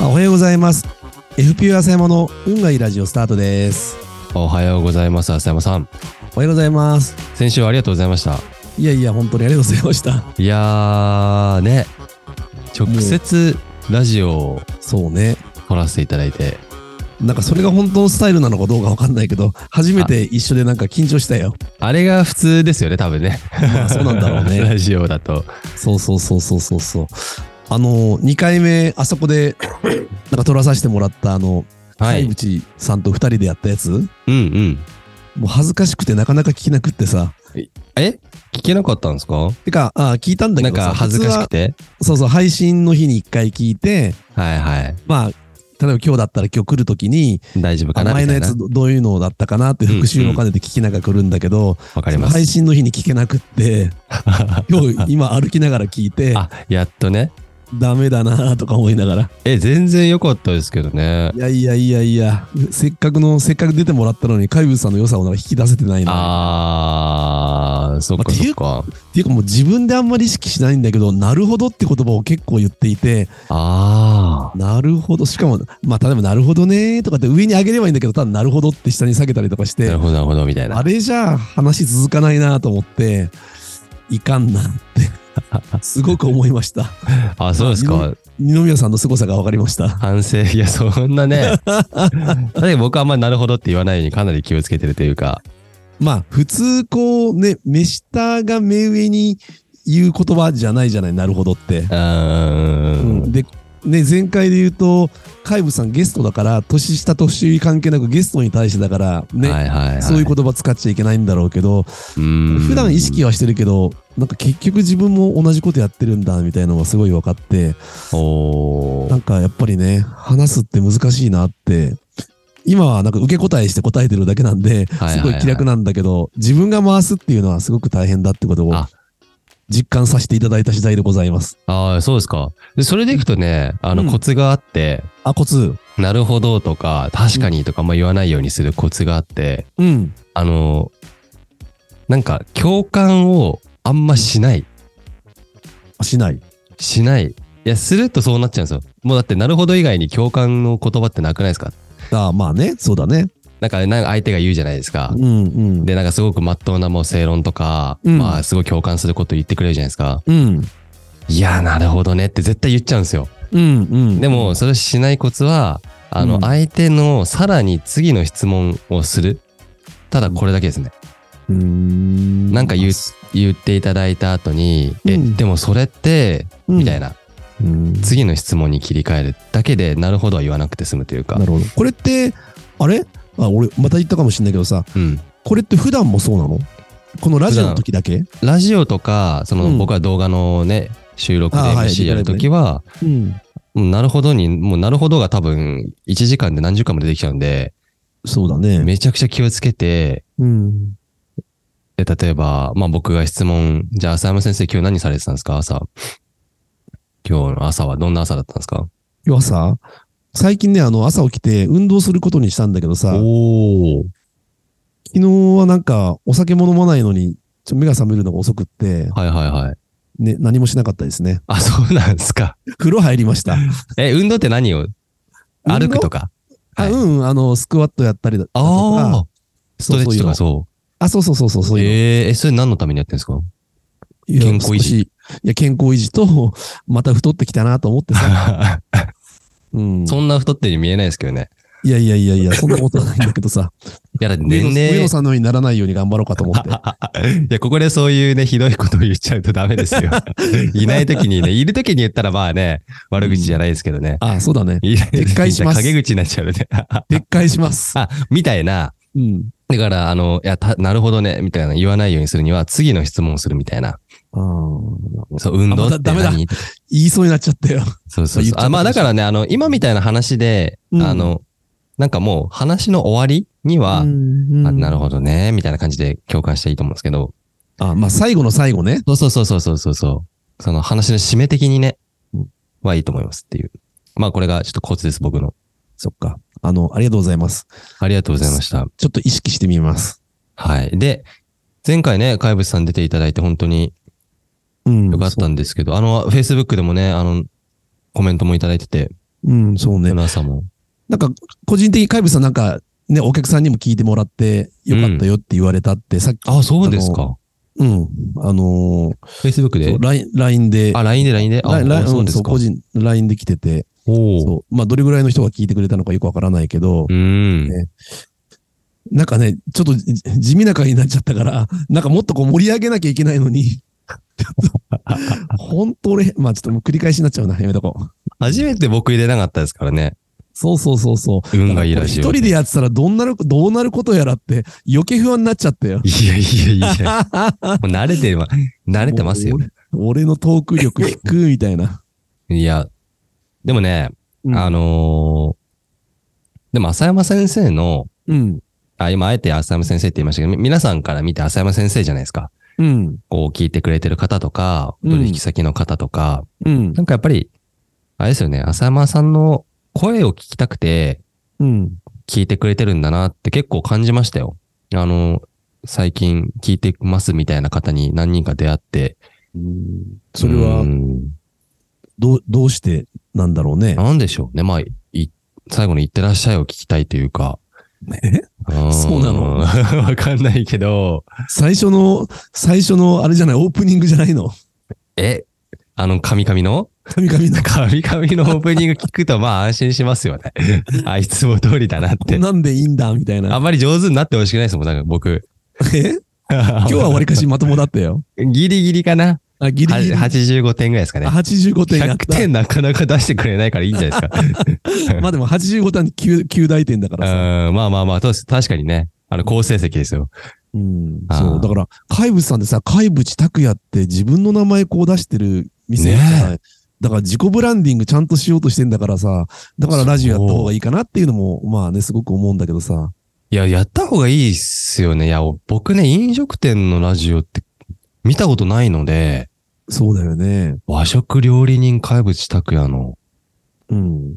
おはようございます。FPU 浅山の運がいいラジオスタートです。おはようございます、浅山さん。おはようございます。先週はありがとうございました。いやいや、本当にありがとうございました。いやー、ね、直接ラジオをそうね。撮らせていただいて、なんかそれが本当のスタイルなのかどうかわかんないけど、初めて一緒でなんか緊張したよ。あれが普通ですよね、多分ね。まあそうなんだろうね。 ラジオだと。そうそうそうそうそうそう。あの、2回目、あそこで、なんか撮らさせてもらった、あの、は貝い。淵さんと2人でやったやつ、もうんうん。う恥ずかしくてなかなか聞けなくってさ。え聞けなかったんですかてか、あ聞いたんだなけんどさか恥ずかしく普て。通はそうそう、配信の日に1回聞いて、はいはい。まあ、例えば今日だったら今日来るときに、大丈夫かなみた前いのな。やつどどういうのだったかなって復習を兼ねて聞きながら来るんだけど、わかります。配信の日に聞けなく って、今日今歩きながら聞いて、あ、やっとね。ダメだなとか思いながら。え、全然良かったですけどねい。やいやいやいや、せっかくの、せっかく出てもらったのに、怪物さんの良さをなんか引き出せてないな。あー、そっかそっか。っていうかもう自分であんまり意識しないんだけど、なるほどって言葉を結構言っていて、あなるほど。しかも、まあ、例えば、なるほどねーとかって上に上げればいいんだけど、ただ、なるほどって下に下げたりとかしー。なてる、ほどなるほど、みたいなあ。れじゃあ話続かないなと思って、いかんなって、 すごく思いました。あ、そうですまあか。二宮さんの凄さが分かりました。反省いやそんなね確かに僕はあんまりなるほどって言わないようにかなり気をつけてるというかまあ、普通こうね、目下が目上に言う言葉じゃないじゃない、なるほどってう。ーんうん、で、ね、前回で言うと、海部さんゲストだから、年下年上関係なくゲストに対してだから、ね、はいはい、はい、そういう言葉使っちゃいけないんだろうけど、と普普段意識はしてるけど、なんか結局自分も同じことやってるんだみたいのがすごい分かって、おなーんかやっぱりね、話すって難しいなって、今はなんか受け答えして答えてるだけなんで、はいはいすごい気楽なんだけど、自分が回すっていうのはすごく大変だってことをあ実感させていただいた次第でございます。ああそうですかでそれでいくとねあうんのコツがあって、あ、コツ。なるほどとか確かにとかあんま言わないようにするコツがあってうん。あのなんか共感をあんましないしない。しないいやするとそうなっちゃうんですよもうだってなるほど以外に共感の言葉ってなくないですかあまあね、そうだね。なんかなんか相手が言うじゃないですか、うんうん。でなんかすごく真っ当なもう正論とか、うんまあすごい共感すること言ってくれるじゃないですかうん。いやーなるほどねって絶対言っちゃうんですようんうん。でも、それしないコツはあうのん相手のさらに次の質問をするただこれだけですねうーん。なんか言う言っていただいた後に「えうんでもそれって」うんみたいなうん次の質問に切り替えるだけでなるほどは言わなくて済むというかなるほど。これって、あれあ、俺、また言ったかもしれないけどさ、うんこれって普段もそうなのこのラジオの時だけラジオとかそのうん僕は動画のね収録であーはい MC やるときはうん。うんなるほどに、もうなるほどが多分1時間で何十回も出てきちゃうんで、そうだね。めちゃくちゃ気をつけて、うん。で例えば、まあ僕が質問、じゃあ浅山先生今日何されてたんですか朝。今日の朝はどんな朝だったんですか要はさ、最近ね、あの、朝起きて運動することにしたんだけどさ、おー。昨日はなんか、お酒も飲まないのに、ちょ目が覚めるのが遅くって、はいはいはい。ね、何もしなかったですね。あ、そうなんですか。風呂入りま した。え、運動って何を動歩くとか。あはいうん、あの、スクワットやったりだとああか、、ストレッチとかそうそういうのそ。あ、そうそうそうそう、そうういうの。えー、えそれ何のためにやってるんで すかいや健康維持少しいや、健康維持と、 また太ってきたなと思ってさ。うん。そんな太ってるように見えないですけどね。いやいやいやいや、そんなことはないんだけど さ。いや、だって上野年上野齢、さんのようにならないように頑張ろうかと思 って。いや、ここでそういうね、ひどいことを言っちゃうとダメです よ。いないときにね、いるときに言ったらまあね、悪口じゃないですけどね。ああ、そうだね。いない時に言撤回しますったら陰口になっちゃうね。撤回します。 あ、みたいな。うん。だから、あの、いや、たなるほどね、みたいな言わないようにするには、次の質問をするみたいな。あーそう、運動あまっだてダメだ言何いそうになっちゃったよ。そうそう言っちゃっそう。たあ、まあだからね、あの、今みたいな話で、うんあの、なんかもう話の終わりには、あなるほほどね、みたいな感じで共感していいと思うんですけど。ど。あまあ最後の最後ね。そうそうそうそうそうそうそう。その話の締め的にねうん、はいいと思いますっていう。まあこれがちょっとコツです、僕の。そっか。あの、ありがとうございます。ありがとうございました。ちょっと意識してみます。はい。で、前回ね、怪物さん出ていただいて本当にうん良かったんですけど、あの、Facebook でもね、あの、コメントもいただいてて、うん、そうねこ。の朝も。なんか、個人的に海部さんなんか、ね、お客さんにも聞いてもらって、よかったよって言われたって、さっき、あ、そうですか。うん、あの Facebook ー、そでう。ライン LINE で、あ、LINE で LINE で。あ、ラインラインそううんですそうか。個人、LINE で来てて、おお。そうまあ、どれぐらいの人が聞いてくれたのかよくわからないけど、うん。なんかね、ちょっとじ地味な回になっちゃったから、なんかもっとこう盛り上げなきゃいけないのに、 ちょっと、本当俺、まあちょっともう繰り返しになっちゃうな、やめとこう。初めて僕入れなかったですからね。そうそうそうそう。運がいいらしい。一人でやってたらどうなる、どうなることやらって、余計不安になっちゃったよ。いやいやい や。もう慣れてれば、慣れてますよも。う俺俺のトーク力低いみたいな。いや、でもね、 うんあのーでも浅山先生の、うん。あ、今あえて浅山先生って言いましたけど、み皆さんから見て浅山先生じゃないですか。うん。こう聞いてくれてる方とか、うん取引先の方とか、うん。なんかやっぱり、あれですよね、浅山さんの声を聞きたくて、うん。聞いてくれてるんだなって結構感じましたよ。あの、最近聞いてますみたいな方に何人か出会って。それうは、んどう、どうしてなんだろうね。なんでしょうね。まあ、い最後に行ってらっしゃいを聞きたいというか。えー ん そうなのわかんないけど、最初の、最初の、あれじゃない、オープニングじゃないの。え、あの、神々の 神々の神々のオープニング聞くと、まあ安心しますよね。 あ、いつも通りだなっこてん。なんでいいんだ、みたいあな。んまり上手になってほしくないですもん、なんか僕。え今 今日はわりかしまともだったよ。ギリギリかな。あ、ギリギリ。は85点ぐらいですかねあ。85点やっ100た。点なかなか出してくれないからいいんじゃない ですか。まあでも85点 9, 9大点だからさ。うん、まあまあまあ、そうです確かにね。あの、好成績ですよ。うん。あーそう。だから、怪物さんでさ、怪物拓也って自分の名前こう出してる店じゃない。だから自己ブランディングちゃんとしようとしてんだからさ、だからラジオやった方がいいかなっていうのも、まあね、すごく思うんだけどさ。いや、やった方がいいっすよね。いや、僕ね、飲食店のラジオって見たことないので、そうだよね。和食料理人怪物拓也の、うん。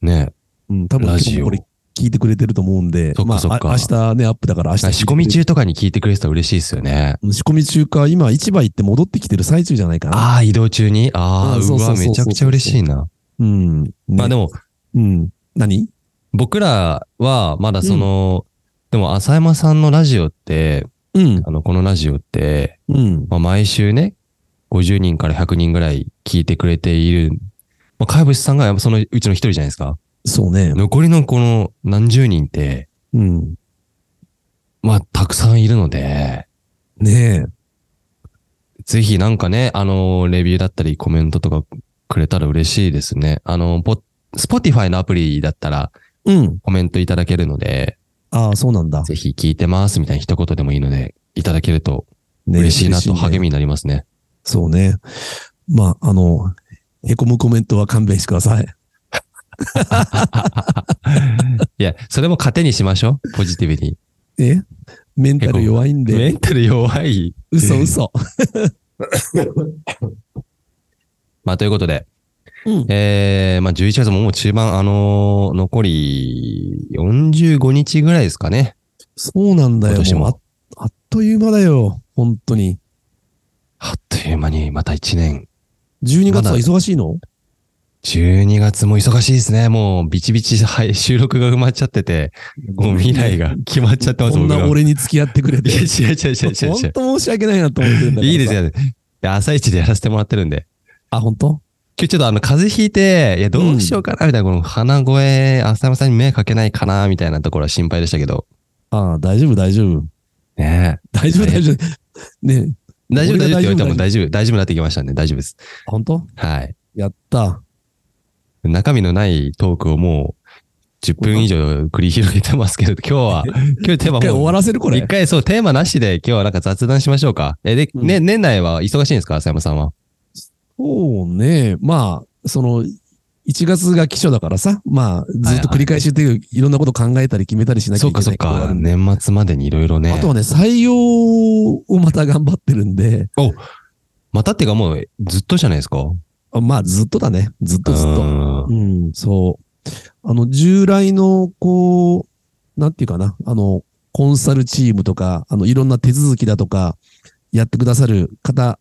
ね、うん、多分ラ今日ジもオこれ。聞いてくれてると思うんでそ、っまかあそっかあ、明日ね、アップだから明日聞いてくれてる。仕込み中とかに聞いてくれてたら嬉しいっすよね。うん仕込み中か、今市場行って戻ってきてる最中じゃないかな。ああ、移動中にあうあ、んうそうそうわ、そうそうめちゃくちゃ嬉しいな。うん。ねまあでも、うん。何僕らはまだその、でも浅山さんのラジオって、うん。あの、このラジオって、うん。まあ、毎週ね、50人から100人ぐらい聞いてくれている。まあ、怪物さんがやっぱそのうちの一人じゃないですか。そうね。残りのこの何十人って、うん。まあ、たくさんいるので、ねえ。ぜひなんかね、あのーレビューだったりコメントとかくれたら嬉しいですね。あのー、ポスポティファイのアプリだったらうん。コメントいただけるので、ああ、そうなんだ。ぜひ聞いてますみたいな一言でもいいので、いただけるとね嬉しいなと励み。みになりますね。そうね。まあ、あの、へこむコメントは勘弁してください。いや、それも糧にしましょう。ポジティブに。えメンタル弱いんメで。ンタル弱い。嘘嘘。まあ、ということで、うん。ええまあ、11月ももう中盤、あのー残り45日ぐらいですかね。そうなんだ今よ。年もうああっという間だよ。本当に。あっという間にまた1年。 12ま月だは忙しいの12月も忙しいですね。もうビチビチ、はい、収録が埋まっちゃってて、もう未来が決まっちゃってます、こん僕なが。俺に付き合ってくれいてや、。違う違う違う違う違本当申し訳ないなと思ってるんだけう。どいいですよね。いや朝一でやらせてもらってるんで。あ、本当今日ちょっとあの、風邪ひいて、いや、どうしようかな、みたいな、この鼻声、浅山さんに迷惑かけないかな、みたいなところは心配でしたけど。ああ、大丈夫、大丈夫。ね大丈夫、はい大丈夫。ねえ大丈夫、俺大丈が夫って大言わ丈夫れたらもう大丈夫、大丈夫になってきましたんで、大丈夫です。本当はい。やった。中身のないトークをもう10分以上繰り広げてますけど、今日は、今日テーマ一回終もわらせるこう、れ一。回そう、テーマなしで今日はなんか雑談しましょうか。え、で、うんね、年内は忙しいんですか浅山さんは。そうね。まあ、その、1月が基礎だからさ、まあ、ずっと繰り返しという、いろんなこと考えたり決めたりしなきゃそいうけなかいそうことがあか。るんで年末までにいろいろねあと。はね、採用をまた頑張ってるんで、またっていうかもうずっとじゃないですか。あまあ、ずっとだね。ずっとずっと。と。うん、そう。あの、従来の、こう、なんていうかな、あの、コンサルチームとか、あの、いろんな手続きだとか、やってくださる方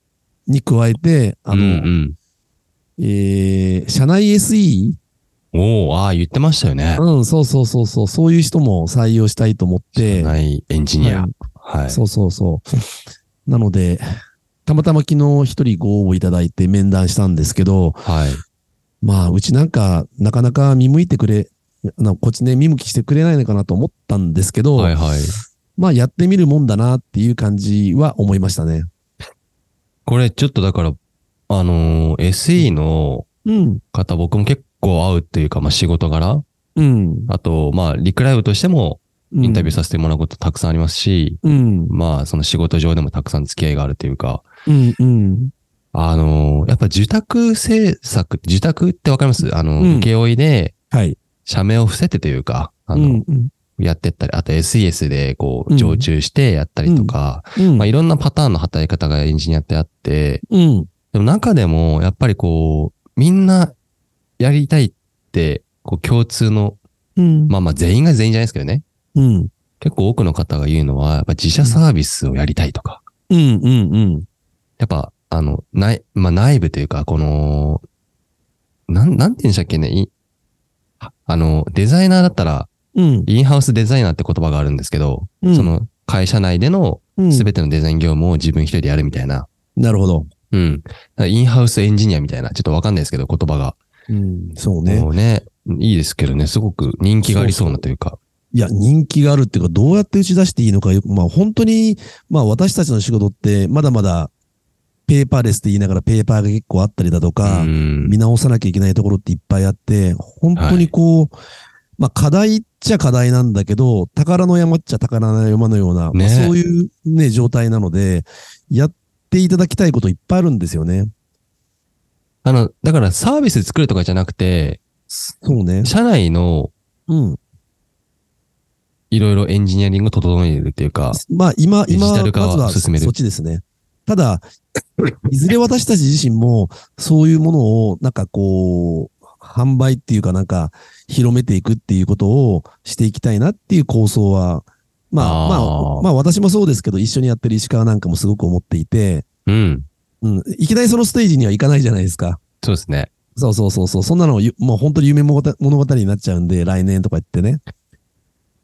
に加えて、ああの、の、うんえー、社内 SE うん。おおああ、言ってましたよね。うん、そうそうそうそう、そういう人も採用したいと思って、ないエンジニア。はい。そうそうそう。なので、たまたま昨日一人ご応募いただいて面談したんですけど、はい。まあ、うちなんか、なかなか見向いてくれ、あのこっちね、見向きしてくれないのかなと思ったんですけど、はいはい。まあ、やってみるもんだなっていう感じは思いましたね。これちょっとだから、あのー SE のうん。方、僕も結構合うっていうか、まあ仕事柄うん。あと、まあ、リクライブとしてもインタビューささせてもらうことたくさんありますし、うん。まあ、その仕事上でもたくさん付き合いがあるというか、うん。うん。あのーやっぱ受託制作、受託ってわかりますあの、うん請負いで、はい。社名を伏せてというか、あうの、ん。うんやってったり、あと SES でこうう、ん常駐してやったりとか、うんまあ、いろんなパターンの働き方がエンジニアってあって、うん。でも中でも、やっぱりこう、みんなやりたいって、こう、共通の、うん。まあまあ全員が全員じゃないですけどね、うん。結構多くの方が言うのは、やっぱ自社サービスをやりたいとか、うん。うん。うん。やっぱ、あの、内、まあ内部というか、この、なん、なんて言うんでしたっけね、いあの、デザイナーだったら、うん。インハウスデザイナーって言葉があるんですけど、うんその会社内でのうん全てのデザイン業務を自分一人でやるみたいな、なるほど。うん。だからインハウスエンジニアみたいな、ちょっとわかんないですけど、言葉が。うん。そうね。もうね、いいですけどね、すごく人気がありそうなというか。いや、人気があるっていうか、どうやって打ち出していいのかよく、まあ本当に、まあ私たちの仕事って、まだまだ、ペーパーレスって言いながらペーパーが結構あったりだとか、うん見直さなきゃいけないところっていっぱいあって、本当にこう、まあ課題っちゃ課題なんだけど、宝の山っちゃ宝の山のような、まあねそういうね、状態なので、やっていただきたいこといっぱいあるんですよね。あの、だからサービス作るとかじゃなくて、そうね。社内のうん。いろいろエンジニアリングを整えるっていうか、まあ今、デ今、ジまタずル化はは進めるそっちですね。ただ、いずれ私たち自身も、そういうものを、なんかこう、販売っていうかなんか、広めていくっていうことをしていきたいなっていう構想は、まあ、あまーあ、まあ私もそうですけど、一緒にやってる石川なんかもすごく思っていて、うん。うん、いきなりそのステージには行かないじゃないですか。そうですね。そうそうそうそう、そんなのゆ、もう本当に夢物語になっちゃうんで、来年とか言ってね。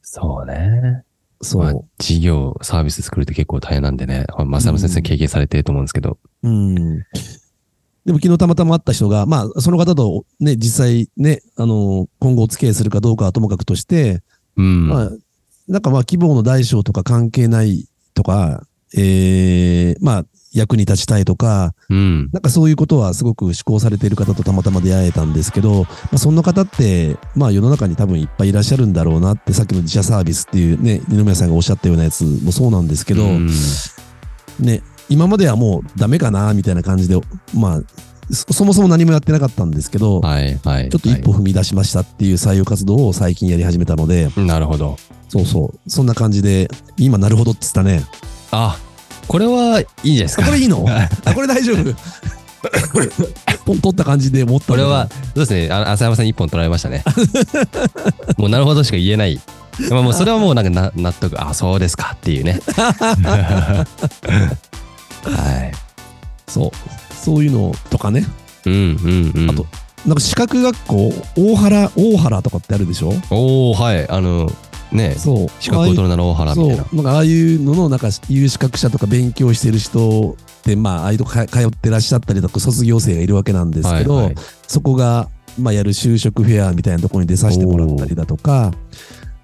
そうね。そう。まあ事業、サービス作るって結構大変なんでね。まあ、正山先生経験されてると思うんですけど。うん。でも昨日たまたま会った人が、まあ、その方とね、実際ね、あの、今後お付き合いするかどうかはともかくとして、うん。まあ、なんかまあ、希望の大小とか関係ないとか、ええまあ、役に立ちたいとか、うん。なんかそういうことはすごく志向されている方とたまたま出会えたんですけど、まあ、そんな方って、まあ世の中に多分いっぱいいらっしゃるんだろうなって、さっきの自社サービスっていうね、二宮さんがおっしゃったようなやつもそうなんですけど、うんね、今まではもうダメかなみたいな感じで、まあ、そそもそも何もやってなかったんですけど、はい、はい。ちょっと一歩踏み出しましたっていう採用活動を最近やり始めたので、はいなるほど。そうそう、そんな感じで、今なるほどって言った ね。あ、これはいいんじゃないですあ か。これいいのはいあ、これ大丈 夫ポン取った感じで持ったこのれは、、そうですね。あ浅山さんに一本取られまし たね。もうなるほどしか言えない。まあもうそれはもうなんかな納得、あ、そうですかっていうね。はそう、そういうのとかね、い。うんうんうん。あとなんか資格学校、大原、大原とかってあるでしょおおはい。あの、ね、そう。資格を取るなら大原みそうたないんな。かああいうののなんか有資格者とか勉強してる人ってまあああいうとこか通ってらっしゃったりとか卒業生がいるわけなんですけど、はいはいそこがまあやる就職フェアみたいなところに出させてもらったりだとか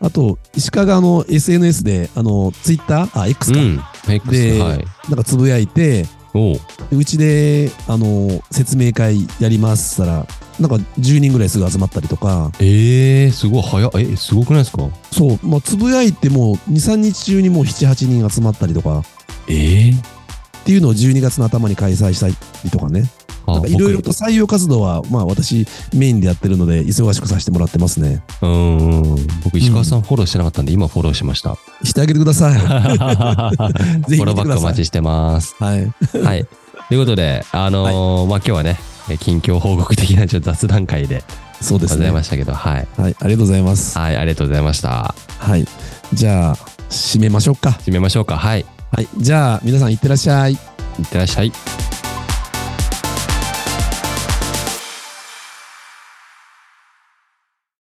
あと石川があの SNS であのツイッターあ X か、うん。X、ではい。なんかつぶやいておーでうちであの説明会やりますしたらなんか10人ぐらいすぐ集まったりとかえー、すごい早っ。え、すごくないですかそう、まあ、つぶやいても23日中にもう78人集まったりとか。ええっていうのを12月の頭に開催したりとかね。なんかいろいろと採用活動は、まあ私メインでやってるので、忙しくさせてもらってますね。うんうんうん。僕、石川さんフォローしてなかったんで、今フォローし ました。してあげてくだ さい。フぜひ見てォローバくックだおさ待い。ちし てます。はい。はい。ということで、あのーまあ、今日はね、え近況報告的なちょっと雑談会でそうでごすざいね。ましたけど、はい。はい。ありがとうございます。はい、ありがとうございました。はい。じゃあ、締めましょうか。締めましょうか。はい。はい。じゃあ、皆さんいってらっしゃい。いってらっしゃい。